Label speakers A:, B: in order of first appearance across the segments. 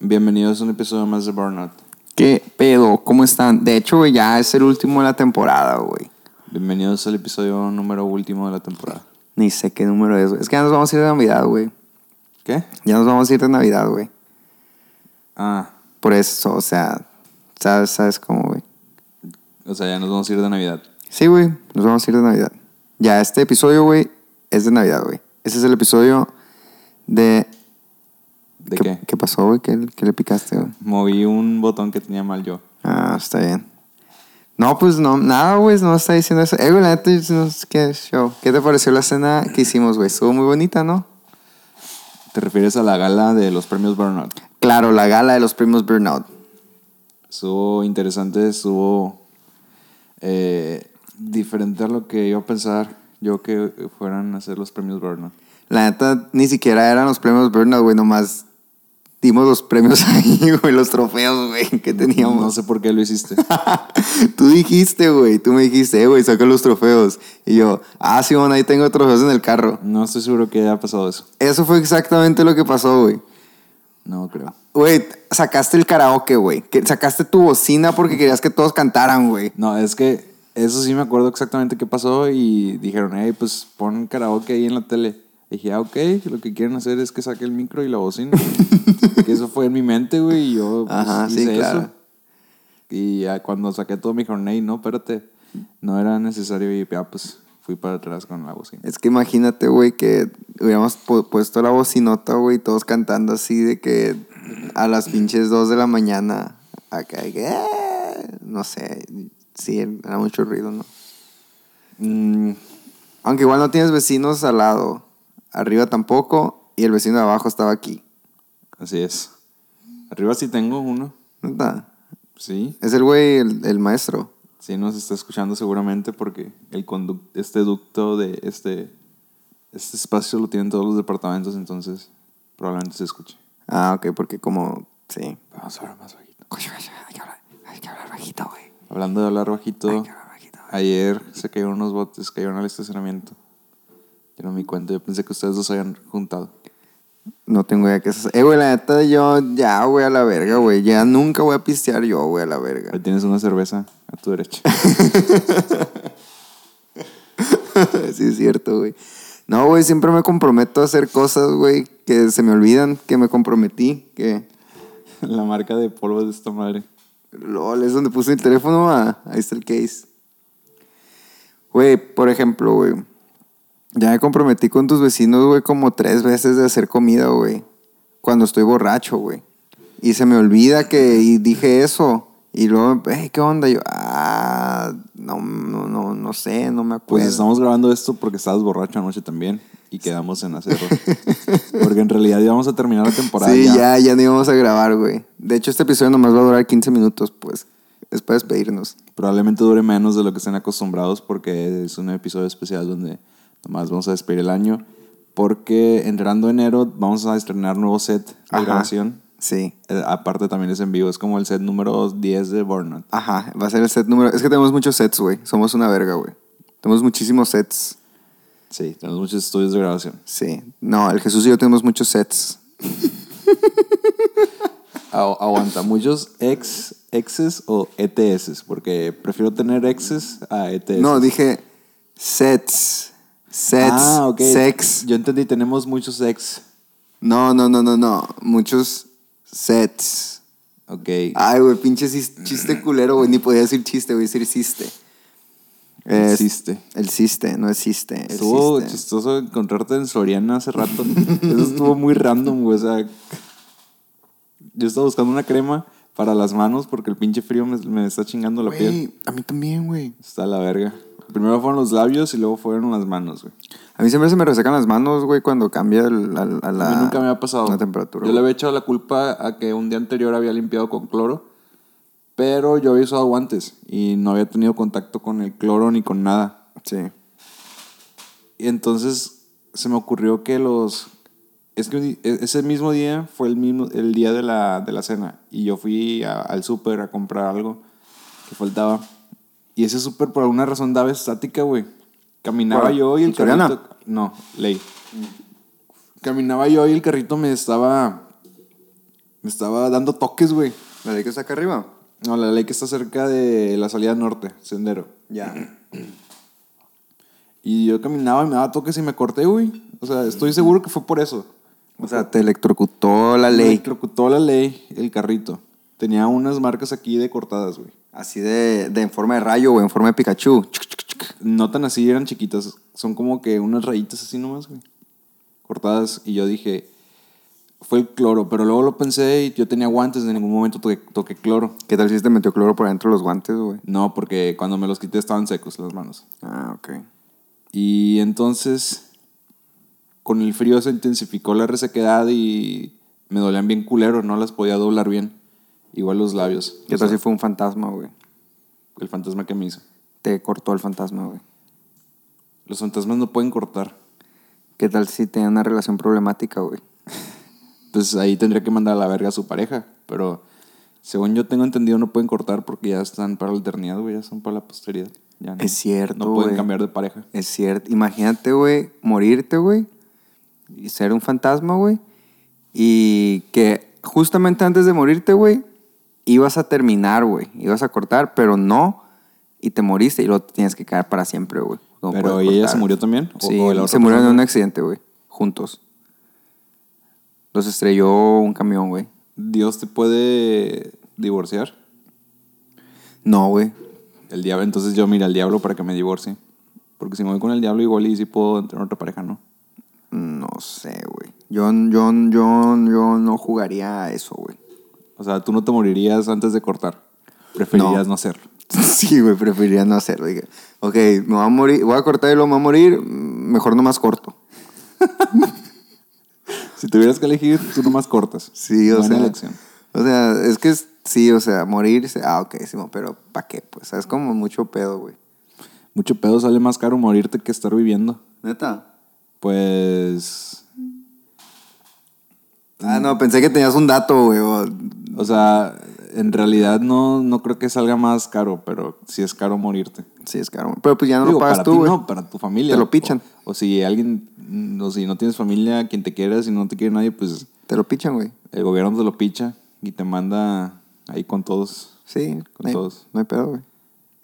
A: Bienvenidos a un episodio más de Burnout.
B: ¿Qué pedo? ¿Cómo están? De hecho, güey, ya es el último de la temporada, güey.
A: Bienvenidos al episodio número último de la temporada.
B: Ni sé qué número es, güey. Es que ya nos vamos a ir de Navidad, güey.
A: ¿Qué?
B: Ya nos vamos a ir de Navidad, güey.
A: Ah,
B: Por eso, o sea, sabes, sabes cómo, güey.
A: o sea, ya nos vamos a ir de Navidad.
B: Sí, güey, nos vamos a ir de Navidad. Ya, este episodio, güey, es de Navidad, güey. Ese es el episodio de...
A: ¿De
B: ¿Qué,
A: qué?
B: qué pasó, güey? ¿Qué, qué le picaste, güey?
A: Moví un botón que tenía mal yo.
B: Ah, está bien. No, pues no, nada, güey, no está diciendo eso. Eh, güey, la neta, yo no sé qué show. ¿Qué te pareció la cena que hicimos, güey? Estuvo muy bonita, ¿no?
A: ¿Te refieres a la gala de los premios Burnout?
B: Claro, la gala de los primos Burnout.
A: Estuvo interesante, estuvo eh, diferente a lo que iba a pensar yo que fueran a hacer los premios Burnout.
B: La neta, ni siquiera eran los premios Burnout, güey, nomás dimos los premios ahí, güey, los trofeos, güey, que
A: No
B: teníamos.
A: sé por qué lo hiciste.
B: tú dijiste, güey, tú me dijiste, eh, güey, saca los trofeos. Y yo, ah, sí, bueno, ahí tengo trofeos en el carro.
A: No estoy seguro que haya pasado eso.
B: Eso fue exactamente lo que pasó, güey.
A: No creo.
B: Güey, sacaste el karaoke, güey. que- Sacaste tu bocina porque querías que todos cantaran, güey.
A: No, es que eso sí me acuerdo exactamente qué pasó y dijeron, hey, pues pon karaoke ahí en la tele. Y dije, ah, ok, lo que quieren hacer es que saque el micro y la bocina. que eso fue en mi mente, güey, y yo pues,
B: Ajá, sí,
A: hice eso.
B: claro.
A: Y ya cuando saqué todo me dijeron, hey, no, espérate, no era necesario y ya pues fui para atrás con la bocina.
B: Es que imagínate, güey, que hubiéramos pu- puesto la bocinota, güey, todos cantando así de que a las pinches 2 de la mañana. Acá, que, "Eh", no sé. Sí, era mucho ruido, ¿no?
A: Mm,
B: Aunque igual no tienes vecinos al lado. Arriba tampoco. Y el vecino de abajo estaba aquí.
A: así es. Arriba sí tengo uno,
B: Neta.
A: sí.
B: Es el güey, el, el maestro.
A: Sí nos está escuchando seguramente porque el conduc- este ducto de este, este espacio lo tienen todos los departamentos, entonces probablemente se escuche.
B: Ah, ok, porque como. Sí.
A: Vamos a hablar más bajito.
B: Coño, coño, hay que hablar, hay que hablar bajito, güey.
A: Hablando de hablar bajito,
B: Hay que hablar bajito.
A: ayer se cayeron unos botes, cayeron al estacionamiento. Yo no me di cuenta, yo pensé que ustedes los habían juntado.
B: No tengo idea qué es eso. Eh, güey, la neta, yo ya, güey, a la verga, güey. Ya nunca voy a pistear yo, güey, a la verga.
A: Ahí tienes una cerveza a tu derecha.
B: sí, es cierto, güey. No, güey, siempre me comprometo a hacer cosas, güey, que se me olvidan, que me comprometí, que...
A: La marca de polvo de esta madre.
B: LOL, es donde puse el teléfono, ah, ahí está el case. Güey, por ejemplo, güey, ya me comprometí con tus vecinos, güey, como tres veces de hacer comida, güey, cuando estoy borracho, güey. Y se me olvida que y dije eso. Y luego, "Ey, ¿qué onda? Y yo, ah, no, no, no, no sé, no me
A: Pues
B: acuerdo.
A: estamos grabando esto porque estabas borracho anoche también y quedamos en hacerlo. porque en realidad íbamos a terminar la temporada.
B: sí, ya, ya no íbamos a grabar, güey. De hecho, este episodio nomás va a durar 15 minutos, pues. Es para despedirnos.
A: Probablemente dure menos de lo que estén acostumbrados porque es un episodio especial donde nomás vamos a despedir el año. Porque entrando enero vamos a estrenar nuevo set de
B: Ajá.
A: grabación.
B: Sí.
A: Eh, aparte también es en vivo, es como el set número 10 de Burnout.
B: Ajá, va a ser el set número. Es que tenemos muchos sets, güey. Somos una verga, güey. Tenemos muchísimos sets.
A: Sí, tenemos muchos estudios de grabación.
B: Sí. No, el Jesús y yo tenemos muchos sets.
A: A- aguanta, muchos ex, exes o ETS, porque prefiero tener exes a E ETS.
B: No, dije sets. Sets.
A: Ah, ok.
B: Sex.
A: Yo entendí, tenemos muchos ex.
B: No, no, no, no, no. Muchos sets.
A: Ok.
B: Ay, güey, pinche cis- chiste culero, güey. Ni podía decir chiste, güey. Decir ciste. Eh,
A: Existe.
B: El ciste, no existe. El
A: Estuvo
B: ciste.
A: chistoso encontrarte en Soriana hace rato. Eso estuvo muy random, güey. O sea, yo estaba buscando una crema para las manos porque el pinche frío me, me está chingando la piel.
B: Güey, a mí también, güey.
A: Está la verga. Primero fueron los labios y luego fueron las manos, güey.
B: A mí siempre se me resecan las manos, güey, cuando cambia el- a, a
A: A
B: la.
A: mí nunca me ha pasado.
B: La temperatura.
A: Yo le había echado la culpa a que un día anterior había limpiado con cloro, pero yo había usado guantes y no había tenido contacto con el cloro ni con nada.
B: Sí.
A: Y entonces se me ocurrió que los... Es que un di- e- ese mismo día fue el, mismo, el día de la, de la cena. Y yo fui a- al súper a comprar algo que faltaba. Y ese súper por alguna razón daba estática, güey. Caminaba
B: ¿Cuál?
A: yo y el
B: ¿Soriana? Mm.
A: carrito... No, ley. Caminaba yo y el carrito me estaba... Me estaba dando toques, güey.
B: ¿La ley que está acá arriba?
A: No, la ley que está cerca de la salida norte, sendero.
B: Ya.
A: Y yo caminaba y me daba toques y me corté, güey. O sea, estoy seguro que fue por eso.
B: O sea, te electrocutó la
A: Me
B: ley.
A: electrocutó la ley, el carrito. Tenía unas marcas aquí de cortadas, güey.
B: Así de, de en forma de rayo o en forma de Pikachu. Chuc, chuc, chuc.
A: No tan así, eran chiquitas. Son como que unas rayitas así nomás, güey. Cortadas. Y yo dije, fue el cloro. Pero luego lo pensé y yo tenía guantes. En ningún momento toqué, toqué cloro.
B: ¿Qué tal si te metió cloro por adentro de los guantes, güey?
A: No, porque cuando me los quité estaban secos las manos.
B: Ah, ok.
A: Y entonces, con el frío se intensificó la resequedad y me dolían bien culero, no las podía doblar bien. Igual los labios.
B: ¿Qué
A: O sea,
B: tal si fue un fantasma, güey?
A: El fantasma que me hizo.
B: Te cortó el fantasma, güey.
A: Los fantasmas no pueden cortar.
B: ¿Qué tal si tenían una relación problemática, güey?
A: Entonces ahí tendría que mandar a la verga a su pareja. Pero según yo tengo entendido, no pueden cortar porque ya están para la eternidad, güey, ya son para la posteridad. Ya no-
B: Es cierto,
A: No pueden
B: güey.
A: cambiar de pareja.
B: Es cierto. Imagínate, güey, morirte, güey. Y ser un fantasma, güey. Y que justamente antes de morirte, güey, ibas a terminar, güey. Ibas a cortar, pero no. Y te moriste y luego te tienes que quedar para siempre, güey. No
A: Pero
B: puedes
A: ¿y ella
B: cortar.
A: se murió también? ¿O-
B: Sí,
A: o la otra
B: se murieron en
A: persona?
B: un accidente, güey. Juntos. Los estrelló un camión, güey.
A: Dios te puede divorciar.
B: No, güey.
A: El diablo, entonces yo mira al diablo para que me divorcie. Porque si me voy con el diablo igual y si puedo tener otra pareja, ¿no?
B: No sé, güey. Yo, yo, yo, yo no jugaría a eso, güey.
A: O sea, tú no te morirías antes de cortar. Preferirías no, hacerlo.
B: Sí, güey, preferiría no hacerlo. Dije, ok, me voy a morir, voy a cortar y luego me voy a morir, mm, mejor nomás corto.
A: Si tuvieras que elegir, tú nomás cortas.
B: Sí, o
A: Buena
B: sea.
A: elección.
B: O sea, es que es- sí, o sea, morirse. Ah, ok, sí, mo- pero ¿para qué? Pues, es como mucho pedo, güey.
A: Mucho pedo sale más caro morirte que estar viviendo.
B: Neta.
A: Pues.
B: Ah, no, pensé que tenías un dato, güey. o-
A: O sea, en realidad no, no creo que salga más caro, pero sí es caro morirte.
B: Sí, es caro. Pero pues ya no
A: Digo,
B: lo pagas
A: para
B: tú,
A: ti
B: güey.
A: no, para tu familia.
B: Te lo pichan.
A: O, o si alguien, mm, o si no tienes familia, quien te quiera, si no te quiere nadie, pues
B: Te lo pichan, güey.
A: El gobierno te lo picha y te manda ahí con todos.
B: Sí,
A: Con
B: no hay,
A: todos.
B: no hay pedo, güey.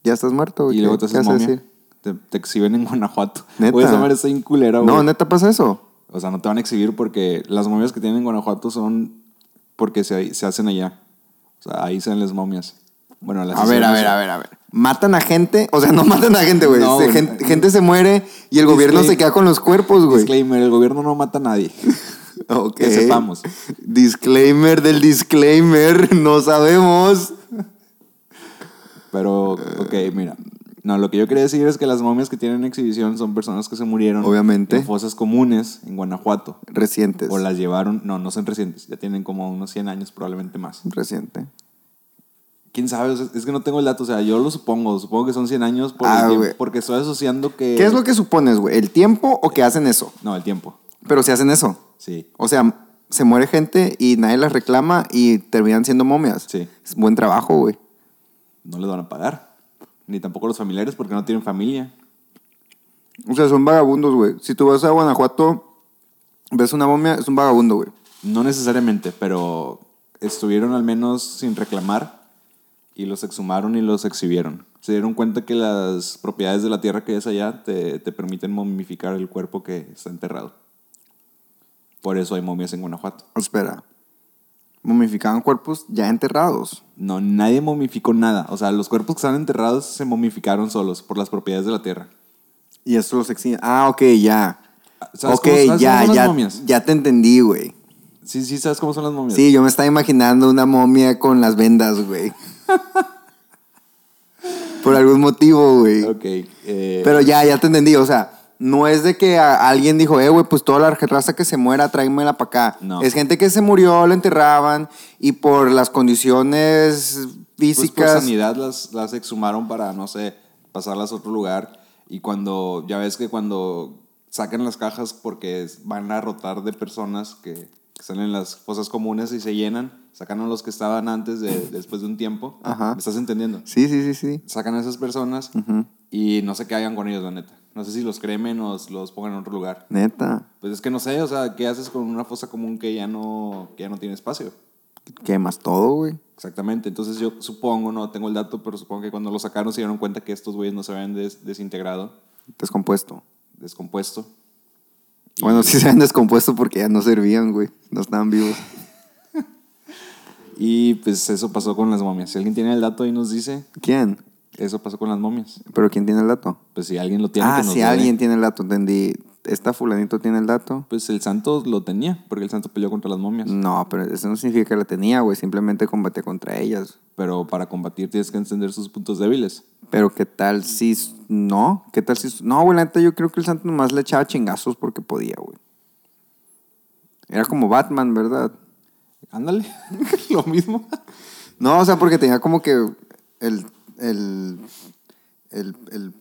B: Ya estás muerto, güey.
A: y
B: ¿qué-
A: luego te haces
B: qué vas a
A: momia.
B: decir?
A: Te, te exhiben en Guanajuato.
B: ¿Neta?
A: Güey, esa madre está bien culera, güey.
B: No, neta pasa eso.
A: O sea, no te van a exhibir porque las momias que tienen en Guanajuato son porque se, se hacen allá. O sea, ahí se ven las momias. Bueno, las
B: A ver,
A: hicieron
B: a ver,
A: eso.
B: a ver, a ver. Matan a gente, o sea, no matan a gente, güey.
A: No,
B: Se-
A: güey.
B: gen- gente, se muere y el gobierno se
A: Disclaim-
B: queda con los cuerpos, güey.
A: Disclaimer, el gobierno no mata a nadie.
B: Ok.
A: Que sepamos.
B: Disclaimer del disclaimer, no sabemos.
A: Pero, ok, mira. No, lo que yo quería decir es que las momias que tienen en exhibición son personas que se murieron
B: Obviamente.
A: en fosas comunes en Guanajuato.
B: Recientes.
A: O las llevaron, no, no son recientes, ya tienen como unos 100 años, probablemente más.
B: Reciente.
A: ¿Quién sabe? O sea, es que no tengo el dato, o sea, yo lo supongo, supongo que son 100 años por el
B: Ah,
A: tiempo,
B: güey.
A: porque estoy asociando que...
B: ¿Qué es lo que supones, güey? ¿El tiempo o que hacen eso?
A: No, el tiempo,
B: Pero si hacen eso.
A: sí.
B: O sea, se muere gente y nadie las reclama y terminan siendo momias.
A: Sí.
B: Es buen trabajo, güey.
A: No les van a pagar, ni tampoco los familiares porque no tienen familia.
B: O sea, son vagabundos, güey. Si tú vas a Guanajuato, ves una momia, es un vagabundo, güey.
A: No necesariamente, pero estuvieron al menos sin reclamar y los exhumaron y los exhibieron. Se dieron cuenta que las propiedades de la tierra que es allá te, te permiten momificar el cuerpo que está enterrado. Por eso hay momias en Guanajuato.
B: Oh, Espera. Momificaban cuerpos ya enterrados.
A: No, nadie momificó nada. O sea, los cuerpos que están enterrados se momificaron solos por las propiedades de la tierra.
B: Y esto los exhiben. Ah, ok, ya.
A: ¿Sabes
B: ok,
A: cómo- sabes
B: ya,
A: cómo son las
B: ya.
A: momias?
B: Ya te entendí, güey.
A: Sí, sí, ¿sabes cómo son las momias?
B: Sí, yo me estaba imaginando una momia con las vendas, güey. Por algún motivo, güey.
A: Ok. eh,
B: Pero ya, ya te entendí. O sea, no es de que a- alguien dijo, eh, güey, pues toda la raza que se muera, tráemela para acá.
A: No.
B: Es gente que se murió, la enterraban y por las condiciones
A: pues,
B: físicas.
A: por sanidad las, las exhumaron para, no sé, pasarlas a otro lugar. Y cuando, ya ves que cuando sacan las cajas porque es- van a rotar de personas que, que están en las fosas comunes y se llenan, sacan a los que estaban antes de, después de un tiempo.
B: Ajá.
A: ¿Me estás entendiendo?
B: Sí, sí, sí, sí.
A: sacan a esas personas y no sé qué hagan con ellos, la neta. No sé si los cremen o s- los pongan en otro lugar.
B: Neta.
A: Pues es que no sé, o sea, ¿qué haces con una fosa común que ya no, que ya no tiene espacio?
B: quemas todo, güey.
A: Exactamente. Entonces yo supongo, no tengo el dato, pero supongo que cuando lo sacaron se dieron cuenta que estos güeyes no se habían des- desintegrado,
B: Descompuesto.
A: descompuesto. Y-
B: Bueno, sí se han descompuesto porque ya no servían, güey. No estaban vivos.
A: Y pues eso pasó con las momias. Si alguien tiene el dato y nos dice,
B: ¿Quién?
A: eso pasó con las momias.
B: ¿Pero quién tiene el dato?
A: Pues si alguien lo tiene,
B: ah,
A: que nos
B: si
A: lo dé.
B: alguien tiene el dato, entendí. ¿Esta fulanito tiene el dato?
A: Pues el santo lo tenía, porque el santo peleó contra las momias.
B: No, pero eso no significa que la tenía, güey. Simplemente combatía contra ellas.
A: Pero para combatir tienes que entender sus puntos débiles.
B: Pero qué tal si s- no, qué tal si s- no, güey, la neta yo creo que el santo nomás le echaba chingazos porque podía, güey. Era como Batman, ¿verdad?
A: Ándale, lo mismo.
B: No, o sea, porque tenía como que el el el, el-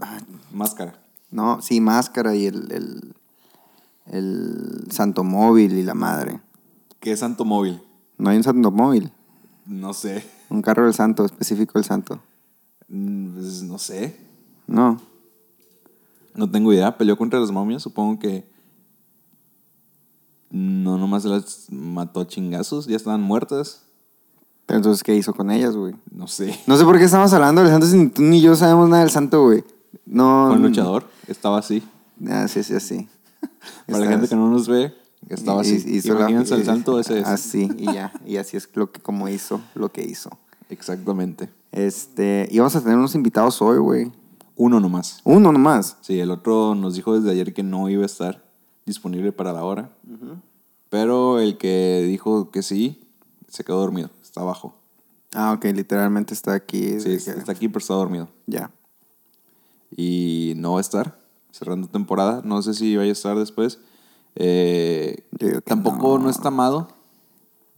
B: ah,
A: Máscara.
B: no, sí, máscara y el el el santo móvil y la madre.
A: ¿Qué santo móvil?
B: No hay un santo móvil,
A: No sé.
B: un carro del santo específico del santo.
A: Mm, pues, no sé.
B: No.
A: No tengo idea. Peleó contra las momias. Supongo que. No, nomás las mató a chingazos. Ya estaban muertas.
B: Pero entonces ¿qué hizo con ellas, güey?
A: No sé.
B: No sé por qué estamos hablando del santo si ni tú ni yo sabemos nada del santo, güey. No.
A: Con luchador. Estaba así.
B: Ah, sí, sí, así.
A: Para la gente que no nos ve, estaba
B: Y-
A: así.
B: y- hizo la-
A: Imagínense
B: y-
A: el santo ese. es.
B: Así, y ya. Y así es lo que, como hizo, lo que hizo.
A: Exactamente.
B: Este, y vamos a tener unos invitados hoy, güey.
A: Uno nomás.
B: Uno nomás.
A: Sí, el otro nos dijo desde ayer que no iba a estar disponible para la hora. Pero el que dijo que sí, se quedó dormido. Está abajo.
B: Ah, ok, literalmente está aquí.
A: Sí,
B: de que-
A: está aquí, pero está dormido.
B: Ya.
A: y no va a estar cerrando temporada. No sé si vaya a estar después. Eh,
B: Yo digo que
A: tampoco no.
B: no.
A: está Amado.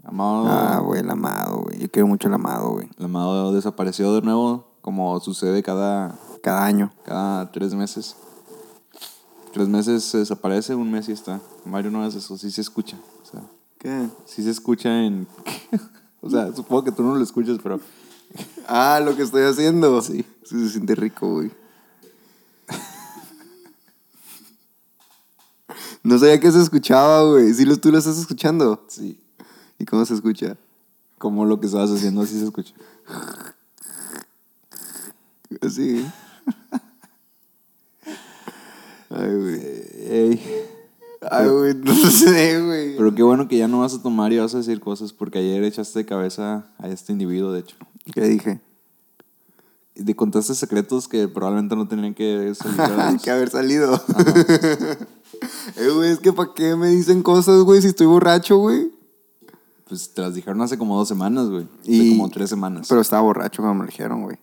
A: Amado,
B: Ah, güey, el amado, güey. Yo quiero mucho el amado, güey.
A: Amado desapareció de nuevo, como sucede cada,
B: Cada año.
A: cada tres meses. Tres meses se desaparece, un mes y está. Mario no hace eso, sí se escucha. O sea,
B: ¿Qué?
A: sí se escucha en... o sea, supongo que tú no lo escuchas, pero...
B: Ah, lo que estoy haciendo. Sí. Se siente rico, güey. No sabía que se escuchaba, güey. Sí, lo- tú lo estás escuchando.
A: Sí,
B: ¿Y cómo se escucha?
A: como lo que estabas haciendo, así se escucha.
B: Así. Ay, güey.
A: Ey.
B: Ay, güey. No sé, güey.
A: Pero qué bueno que ya no vas a tomar y vas a decir cosas porque ayer echaste de cabeza a este individuo, de hecho.
B: ¿Qué dije?
A: Y te contaste secretos que probablemente no tenían que salir. a la luz.
B: que haber salido. Eh, güey, es que ¿para qué me dicen cosas, güey, si estoy borracho, güey?
A: pues te las dijeron hace como dos semanas, güey.
B: Y-
A: Hace como tres semanas.
B: Pero estaba borracho cuando me lo dijeron, güey.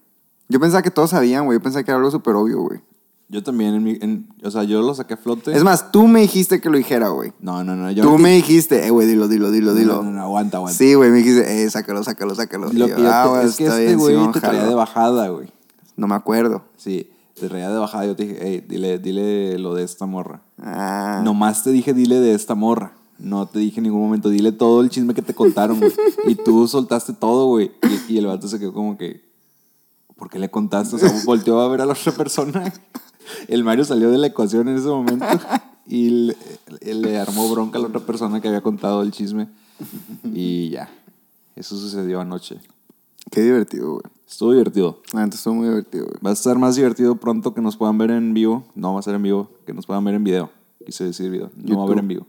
B: Yo pensaba que todos sabían, güey. Yo pensaba que era algo súper obvio, güey.
A: Yo también, en mi- en- o sea, yo lo saqué a flote.
B: Es más, tú me dijiste que lo dijera, güey.
A: no, no, no. Yo
B: Tú me dijiste, eh, güey, dilo, dilo, dilo,
A: No,
B: dilo.
A: no, no, no, aguanta, aguanta.
B: Sí, güey, me dijiste, eh, sácalo, sácalo, sácalo.
A: lo
B: Y yo,
A: que yo
B: ah,
A: te-
B: güey,
A: es que
B: está
A: este
B: bien,
A: güey
B: Simón,
A: te
B: jalo.
A: traía de bajada, güey.
B: No me acuerdo.
A: Sí, te traía de bajada. Yo te dije, hey, dile, dile lo de esta morra.
B: Ah,
A: Nomás te dije, dile de esta morra. No te dije en ningún momento, dile todo el chisme que te contaron, güey. Y tú soltaste todo, güey. Y, y el vato se quedó como que, ¿por qué le contaste? O sea, volteó a ver a la otra persona. El Mario salió de la ecuación en ese momento y le, eh, le armó bronca a la otra persona que había contado el chisme. Y ya, eso sucedió anoche.
B: qué divertido, güey.
A: Estuvo divertido.
B: Antes estuvo muy divertido, güey.
A: Va a estar más divertido pronto que nos puedan ver en vivo. No va a ser en vivo, que nos puedan ver en video. Quise decir video. No va a haber
B: YouTube.
A: en vivo.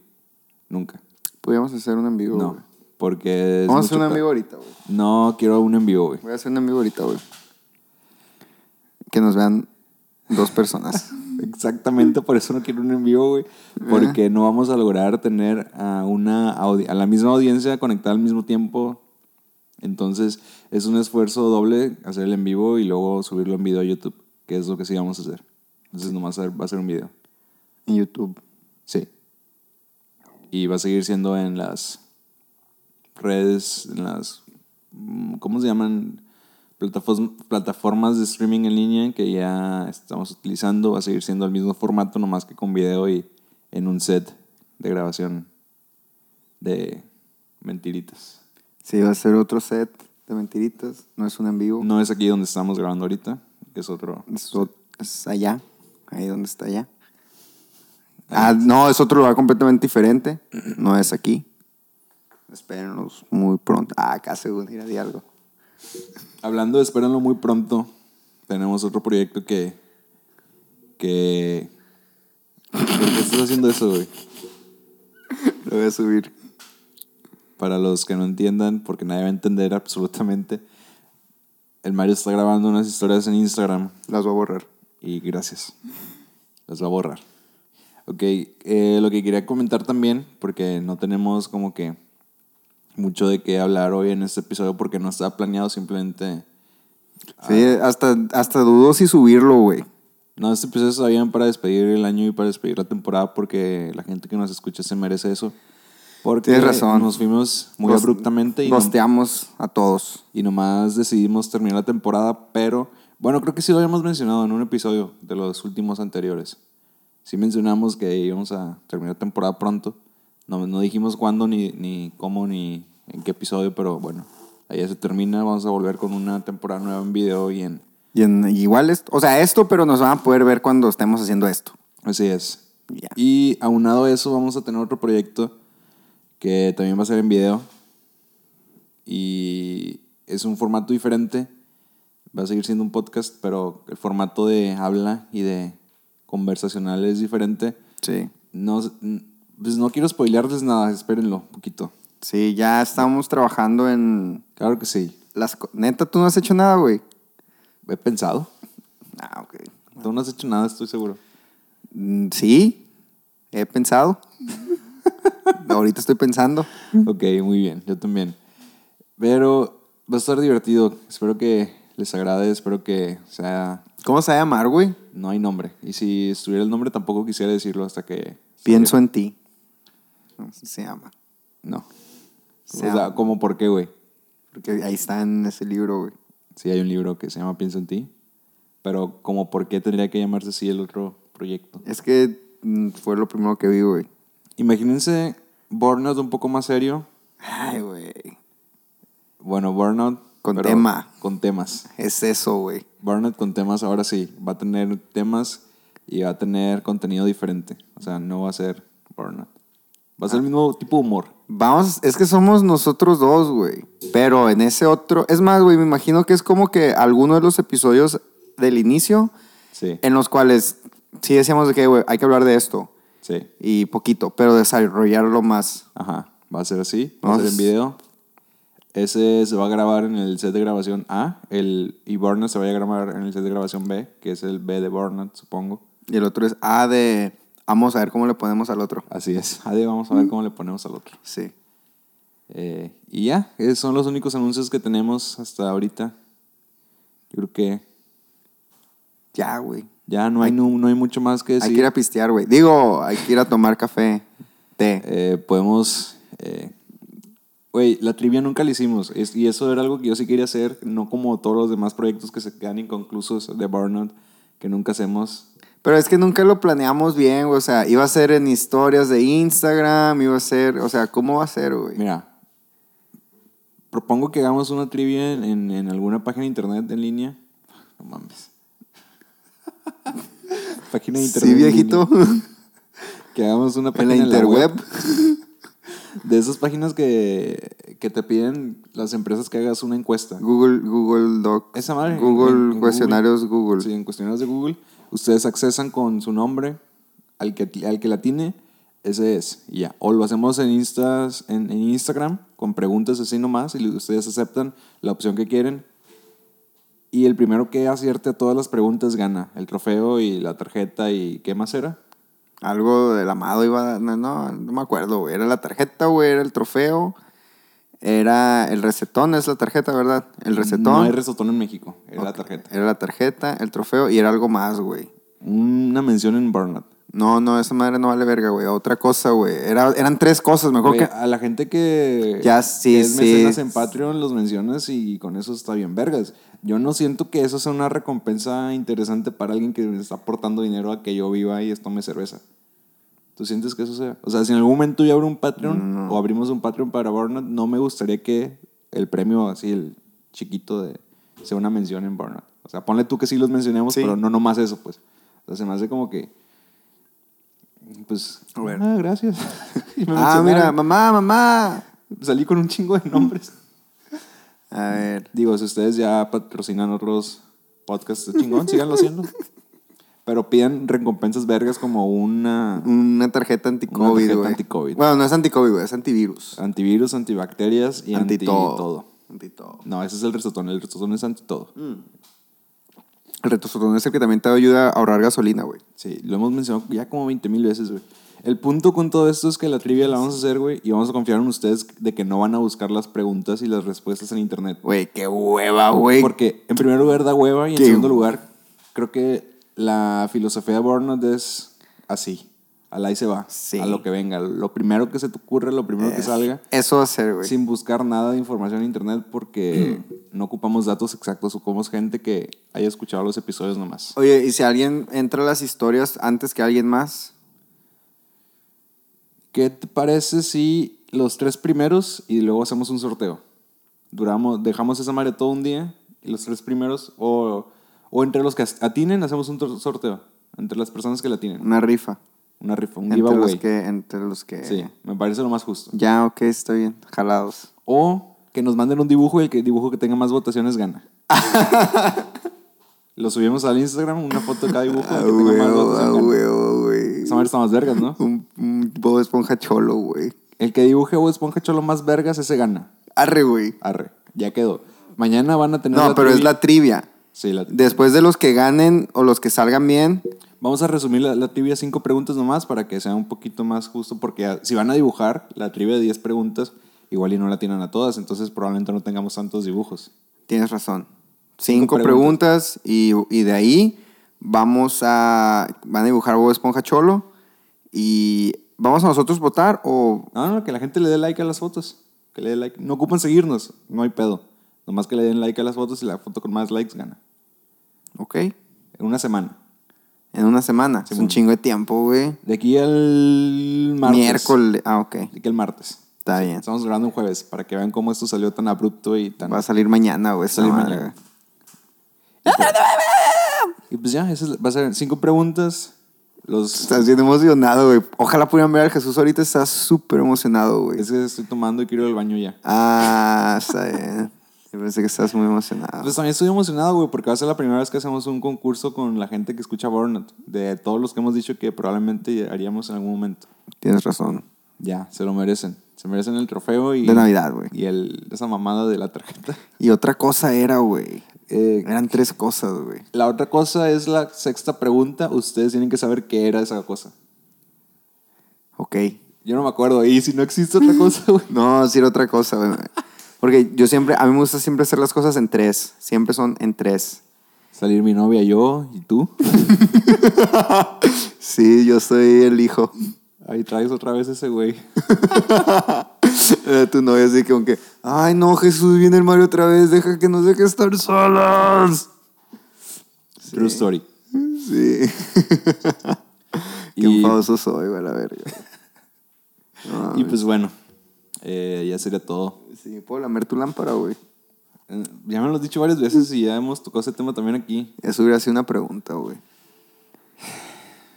A: Nunca.
B: Podríamos hacer un en vivo, güey.
A: No, porque. es
B: Vamos a hacer un
A: mucho
B: en
A: pe-
B: vivo ahorita, güey.
A: No, quiero un en vivo, güey.
B: Voy a hacer un en vivo ahorita, güey. Que nos vean dos personas.
A: Exactamente, por eso no quiero un en vivo,
B: Eh.
A: güey. Porque no vamos a lograr tener a, una audi- a la misma audiencia conectada al mismo tiempo. Entonces, es un esfuerzo doble hacer el en vivo y luego subirlo en video a YouTube, que es lo que sí vamos a hacer. Entonces, nomás va a ser- va a ser un video.
B: en YouTube.
A: Sí. Y va a seguir siendo en las redes, en las, mm, ¿cómo se llaman? Plataform- plataformas de streaming en línea que ya estamos utilizando. Va a seguir siendo el mismo formato, nomás que con video y en un set de grabación de mentiritas.
B: Sí, va a ser otro set de mentiritas. No es un en vivo.
A: No es aquí donde estamos grabando ahorita, es otro.
B: Es, o- es allá. Ahí donde está allá. Ah, no, es otro lugar completamente diferente. No es aquí. Espérenos muy pronto. Ah, casi un ir de algo.
A: Hablando de espérenlo muy pronto, tenemos otro proyecto que. que. ¿Por qué estás haciendo eso, güey?
B: Lo voy a subir.
A: Para los que no entiendan, porque nadie va a entender absolutamente, el Mario está grabando unas historias en Instagram
B: Las voy a borrar.
A: y gracias. Las va a borrar. Ok, eh, lo que quería comentar también, porque no tenemos como que mucho de qué hablar hoy en este episodio porque no está planeado, simplemente...
B: Sí, hasta, hasta dudó si subirlo, güey.
A: No, este episodio está bien para despedir el año y para despedir la temporada porque la gente que nos escucha se merece eso. Porque
B: Tienes razón.
A: nos fuimos muy
B: Gos-
A: abruptamente y, no-
B: Gosteamos a todos.
A: y nomás decidimos terminar la temporada, pero bueno, creo que sí lo habíamos mencionado en un episodio de los últimos anteriores. Sí mencionamos que íbamos a terminar temporada pronto. No, no dijimos cuándo, ni, ni cómo, ni en qué episodio, pero bueno, ahí ya se termina. Vamos a volver con una temporada nueva en video y en...
B: Y en, igual, es- o sea, esto, pero nos van a poder ver cuando estemos haciendo esto.
A: Así es.
B: Ya.
A: Y aunado a eso, vamos a tener otro proyecto que también va a ser en video. Y es un formato diferente. Va a seguir siendo un podcast, pero el formato de habla y de conversacional es diferente.
B: Sí.
A: No, s- n- pues no quiero spoilearles nada, espérenlo un poquito.
B: Sí, ya estamos trabajando en
A: Claro que sí.
B: las... co- Neta, tú no has hecho nada, güey.
A: He pensado.
B: Ah, ok.
A: Tú no has hecho nada, estoy seguro.
B: Mm, Sí, he pensado. Ahorita estoy pensando.
A: Ok, muy bien, yo también. Pero va a estar divertido. Espero que les agrade, espero que sea...
B: ¿Cómo se va a llamar, güey?
A: No hay nombre. Y si estuviera el nombre tampoco quisiera decirlo hasta que...
B: Pienso en ti. Así se llama.
A: No.
B: Se
A: o sea,
B: llama.
A: ¿cómo por qué, güey?
B: Porque ahí está en ese libro, güey.
A: Sí, hay un libro que se llama Pienso en ti. Pero como por qué tendría que llamarse así el otro proyecto.
B: Es que mm, fue lo primero que vi, güey.
A: Imagínense Burnout un poco más serio.
B: Ay, güey.
A: Bueno, Burnout...
B: Con
A: pero
B: tema.
A: Con temas.
B: Es eso, güey.
A: Burnout con temas ahora sí. Va a tener temas y va a tener contenido diferente. O sea, no va a ser Burnout. Va a ser el mismo tipo de humor.
B: Vamos, es que somos nosotros dos, güey. Pero en ese otro. Es más, güey, me imagino que es como que alguno de los episodios del inicio
A: Sí.
B: en los cuales sí decíamos de que, güey, hay que hablar de esto.
A: Sí.
B: Y poquito, pero desarrollarlo más.
A: Ajá. Va a ser así. Va a
B: Vamos.
A: ser en video. Ese se va a grabar en el set de grabación A. El, y Burnout se va a grabar en el set de grabación B, que es el B de Burnout, supongo.
B: Y el otro es A de. Vamos a ver cómo le ponemos al otro.
A: Así es. Adiós, vamos a ver cómo le ponemos al otro.
B: Sí.
A: Eh, y ya, esos son los únicos anuncios que tenemos hasta ahorita. Yo creo que
B: Ya, güey.
A: ya no hay, nu- no, hay mucho más que decir.
B: Hay que ir a pistear, güey. Digo, hay que ir a tomar café, té.
A: Eh, podemos. eh, Güey, la trivia nunca la hicimos. es- y eso era algo que yo sí quería hacer, no como todos los demás proyectos que se quedan inconclusos de Burnout, que nunca hacemos.
B: Pero es que nunca lo planeamos bien, güey. O sea, iba a ser en historias de Instagram, iba a ser. O sea, ¿cómo va a ser, güey?
A: Mira, propongo que hagamos una trivia en, en- en alguna página de internet en línea. No mames. página de internet.
B: Sí,
A: en línea.
B: viejito.
A: Que hagamos una
B: En
A: página
B: la
A: en la web.
B: interweb.
A: De esas páginas que, que te piden las empresas que hagas una encuesta.
B: Google, Google Doc.
A: Esa madre. en- en
B: Google
A: Google.
B: cuestionarios Google.
A: Sí, en cuestionarios de Google, ustedes accesan con su nombre al que, al que la tiene, ese es, y ya. O lo hacemos en, Instas, en, en Instagram con preguntas así nomás y ustedes aceptan la opción que quieren. Y el primero que acierte a todas las preguntas gana el trofeo y la tarjeta y qué más era.
B: Algo del amado iba a dar- No, no, no me acuerdo, güey. Era la tarjeta, güey. Era el trofeo. Era el recetón, es la tarjeta, ¿verdad? El recetón.
A: No hay recetón en México, era la
B: Ok,
A: tarjeta.
B: Era la tarjeta, el trofeo y era algo más, güey.
A: Una mención en Burnout.
B: No, no, esa madre no vale verga, güey. Otra cosa, güey. Era, eran tres cosas, mejor
A: Güey, ah,
B: que.
A: A la gente que,
B: Ya, sí,
A: que es
B: sí.
A: mecenas en Patreon los mencionas y con eso está bien vergas. Yo no siento que eso sea una recompensa interesante para alguien que me está aportando dinero a que yo viva y esto me cerveza. ¿Tú sientes que eso sea? O sea, si en algún momento yo abro un Patreon o abrimos un Patreon para Burnout, no me gustaría que el premio así, el chiquito de sea una mención en Burnout. O sea, ponle tú que sí los mencionemos,
B: Sí.
A: pero no nomás eso, pues. O sea, se me hace como que pues
B: A ver.
A: ah, gracias. Y me
B: Ah, mira,
A: mencionaron.
B: mamá, mamá.
A: Salí con un chingo de nombres.
B: A ver.
A: Digo, si ustedes ya patrocinan otros podcasts, chingón, síganlo haciendo. Pero pidan recompensas vergas como una
B: Una tarjeta anticovid,
A: tarjeta
B: güey.
A: anticovid.
B: Bueno, no es anticovid, güey, es antivirus.
A: antivirus, antibacterias y anti, todo.
B: Anti todo.
A: No, ese es el resotón. El resotón es anti todo.
B: El retosotón es el que también te ayuda a ahorrar gasolina, güey.
A: Sí, lo hemos mencionado ya como 20 mil veces, güey. El punto con todo esto es que la trivia la vamos a hacer, güey, y vamos a confiar en ustedes de que no van a buscar las preguntas y las respuestas en internet.
B: Güey, qué hueva, güey.
A: Porque en primer lugar da hueva y en
B: ¿Qué?
A: segundo lugar creo que la filosofía de Burnout es así. Al ahí se va.
B: Sí.
A: A lo que venga. Lo primero que se te ocurre, lo primero que
B: Es-
A: salga.
B: Eso va a ser, güey. Mm.
A: Sin buscar nada de información en internet porque no ocupamos datos exactos. Ocupamos gente que haya escuchado los episodios nomás.
B: Oye, ¿y si alguien entra a las historias antes que alguien más?
A: ¿Qué te parece si los tres primeros y luego hacemos un sorteo? Duramos, dejamos esa madre todo un día y los tres primeros o, o entre los que atinen hacemos un tor- sorteo. Entre las personas que la tienen.
B: Una rifa.
A: Una rifa, un
B: entre los
A: giveaway.
B: que, entre los que.
A: Sí, me parece lo más justo.
B: Ya, ok, está bien. Jalados.
A: O que nos manden un dibujo y el que dibujo que tenga más votaciones gana. lo subimos al Instagram, una foto de cada dibujo.
B: Ah,
A: el que tenga más
B: huevo, ah,
A: votaciones gana.
B: huevo, güey.
A: Esa madre está más vergas, ¿no?
B: Un, un Bob Esponja cholo, güey.
A: El que dibuje o esponja cholo más vergas, ese gana.
B: Arre, güey.
A: Arre, ya quedó. Mañana van a tener.
B: No,
A: la
B: pero es
A: trivia.
B: la trivia.
A: Sí, la-
B: Después de los que ganen o los que salgan bien,
A: Vamos a resumir la, la trivia cinco preguntas nomás para que sea un poquito más justo, porque ah, si van a dibujar la trivia de 10 preguntas, igual y no la tienen a todas, entonces probablemente no tengamos tantos dibujos.
B: tienes razón. Cinco,
A: preguntas.
B: preguntas, y, y de ahí vamos a. Van a dibujar Bob Esponja cholo y. ¿Vamos a nosotros votar o
A: No, no, que la gente le dé like a las fotos. Que le dé like. No ocupan seguirnos, no hay pedo. Nomás que le den like a las fotos y la foto con más likes gana.
B: Ok.
A: En una semana.
B: En una semana. es un chingo de tiempo, güey.
A: De aquí al martes.
B: Miércoles. Ah, ok.
A: De aquí al martes.
B: Está bien.
A: Estamos grabando un jueves para que vean cómo esto salió tan abrupto y tan.
B: Va a salir mañana, güey. esta
A: salir
B: madre,
A: mañana.
B: güey.
A: Y pues ya, esas va a ser cinco preguntas. Los.
B: Estás bien emocionado, güey. Ojalá pudieran ver al Jesús ahorita. Está súper emocionado, güey.
A: Es que estoy tomando y quiero ir al baño ya.
B: Ah, está bien. Yo pensé que estás muy emocionado.
A: Pues también estoy emocionado, güey, porque va a ser la primera vez que hacemos un concurso con la gente que escucha Burnout. De todos los que hemos dicho que probablemente haríamos en algún momento.
B: Tienes razón.
A: Ya, se lo merecen. Se merecen el trofeo y.
B: De Navidad, güey.
A: Y el, esa mamada de la tarjeta.
B: Y otra cosa era, güey. Eran tres cosas, güey.
A: La otra cosa es la sexta pregunta. Ustedes tienen que saber qué era esa cosa.
B: Ok.
A: Yo no me acuerdo. Y si no existe otra cosa, güey.
B: No, decir otra cosa, güey. Porque yo siempre, a mí me gusta siempre hacer las cosas en tres. Siempre son en tres.
A: Salir mi novia, yo y tú.
B: Sí, yo soy el hijo.
A: Ahí traes otra vez ese güey.
B: Era Eh, tu novia así como que, ay no, Jesús, viene el Mario otra vez, deja que nos deje estar solos.
A: True story.
B: Sí. Qué
A: Y-
B: enfadoso soy, güey, la verga.
A: y pues bueno, eh, ya sería todo.
B: Sí, puedo lamer tu lámpara, güey.
A: Eh, Ya me lo has dicho varias veces y ya hemos tocado ese tema también aquí.
B: Eso hubiera sido una pregunta, güey.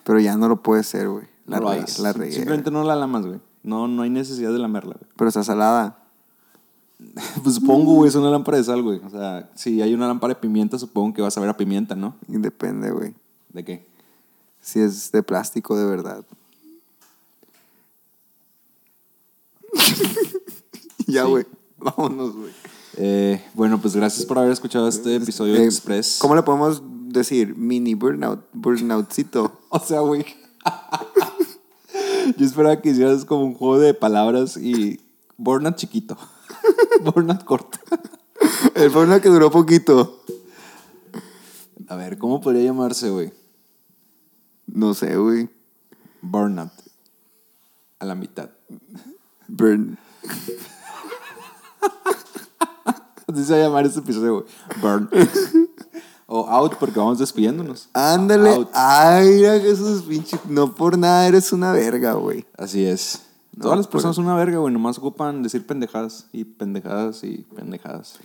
B: Pero ya no lo puede ser, güey. La
A: No lo
B: regué,
A: hagas.
B: la regué.
A: Simplemente no la lamas, güey. No, no hay necesidad de lamerla, güey.
B: Pero está salada.
A: Pues supongo, güey, es una lámpara de sal, güey. O sea, si hay una lámpara de pimienta, supongo que vas a ver a pimienta, ¿no?
B: Y Depende, güey.
A: ¿De qué?
B: Si es de plástico, de verdad. ya, güey. Vámonos, güey.
A: Eh, bueno, pues gracias por haber escuchado este episodio
B: Eh,
A: express.
B: ¿Cómo le podemos decir? Mini burnout, burnoutcito.
A: O sea, güey. Yo esperaba que hicieras como un juego de palabras y burnout chiquito. burnout corto.
B: El burnout que duró poquito.
A: A ver, ¿cómo podría llamarse, güey?
B: No sé, güey.
A: Burnout. A la mitad.
B: Burn.
A: Así se va a llamar este episodio, güey. Burn. o out, porque vamos despidiéndonos.
B: Ándale.
A: Out.
B: Ay, mira Jesús, pinche. No por nada eres una verga, güey.
A: Así es. Todas
B: pues.
A: las personas son una verga, güey. Nomás ocupan decir pendejadas y pendejadas y pendejadas.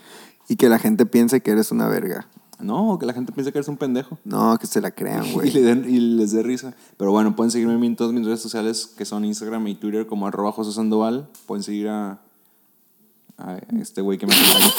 B: Y que la gente piense que eres una verga.
A: No, que la gente piensa que eres un pendejo.
B: No, que se la crean,
A: Y,
B: Ah, güey.
A: le den- y les dé risa. Pero bueno, pueden seguirme en todas mis redes sociales, que son Instagram y Twitter, como arroba José Sandoval. Pueden seguir a, a este güey que me acompaña.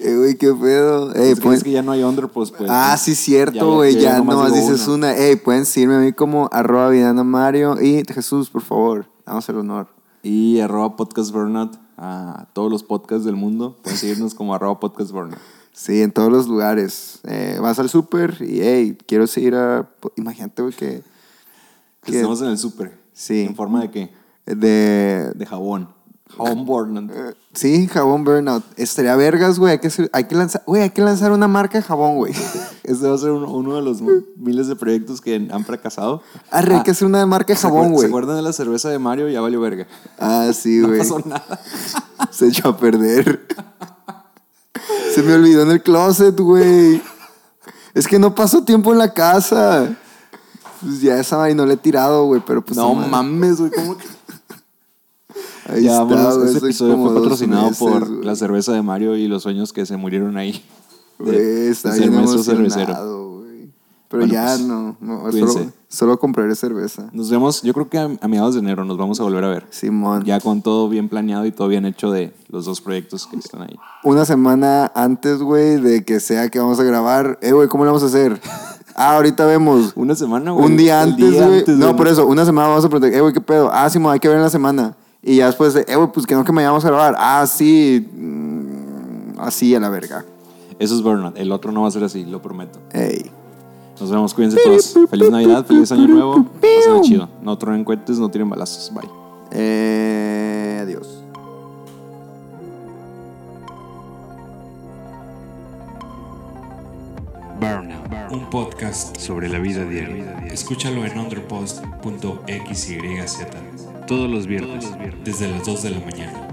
B: Eh, güey, qué pedo. Ey,
A: es, que,
B: pues-
A: es que ya no hay underpost, pues.
B: ah, sí, cierto, güey. Ya, nomás dices una. Ey, pueden seguirme a mí como arroba Vidana Mario y Jesús, por favor. Damos el honor.
A: Y arroba podcast burnout a todos los podcasts del mundo. Pueden seguirnos como arroba podcast burnout.
B: Sí, en todos los lugares. Eh, vas al súper y, hey, quiero seguir a... Imagínate, güey, que...
A: Que
B: ¿Qué?
A: estamos en el súper.
B: Sí.
A: ¿En forma de qué?
B: De...
A: De jabón. Jabón burnout.
B: Sí, jabón burnout. Estaría vergas, güey. Hay que, ser- hay que lanzar... Güey, hay que lanzar una marca de jabón, güey.
A: Este va a ser uno, uno de los miles de proyectos que han fracasado.
B: Arre, hay que hacer una marca de
A: Ah. ¿Se acuer-
B: jabón,
A: ¿Se
B: güey.
A: acuerdan de la cerveza de Mario? Ya valió verga.
B: Ah, sí,
A: No
B: güey.
A: pasó nada.
B: Se echó a perder. Se me olvidó en el closet, güey. Es que no pasó tiempo en la casa. Pues ya esa vaina no le he tirado, güey, pero pues...
A: no
B: madre.
A: mames, güey. ¿Cómo que?
B: Ahí
A: ya,
B: está,
A: vámonos.
B: güey,
A: Este
B: soy
A: episodio
B: como
A: fue
B: dos
A: patrocinado
B: meses,
A: por
B: güey.
A: la cerveza de Mario y los sueños que se murieron ahí.
B: Güey, está
A: de ser
B: bien
A: maestro cervecero.
B: emocionado, güey. Pero
A: Bueno,
B: ya
A: pues,
B: no, no
A: cuídense.
B: solo, solo compraré cerveza.
A: Nos vemos, yo creo que a, a mediados de enero nos vamos a volver a ver.
B: Simón.
A: Ya con todo bien planeado y todo bien hecho de los dos proyectos que están ahí.
B: Una semana antes, güey, de que sea que vamos a grabar. Eh, güey, ¿cómo lo vamos a hacer? ah, ahorita vemos.
A: Una semana, güey.
B: Un día
A: El
B: antes, güey. No,
A: güey.
B: por eso, una semana vamos a preguntar, eh, güey, ¿qué pedo? Ah, Simón, hay que ver en la semana. Y ya después de, eh, güey, pues que no que mañana vamos a grabar. Ah, sí. mm, Así a la verga.
A: Eso es Burnout. El otro no va a ser así, lo prometo.
B: Ey.
A: Nos vemos, cuídense todos. Feliz Navidad, feliz Año Nuevo. Pásenla chido. No tronen cohetes, no tiren balazos. Bye.
B: Eh, adiós.
C: Burnout, un podcast sobre la vida diaria. Escúchalo en underpost.xyz todos los viernes desde las 2 de la mañana.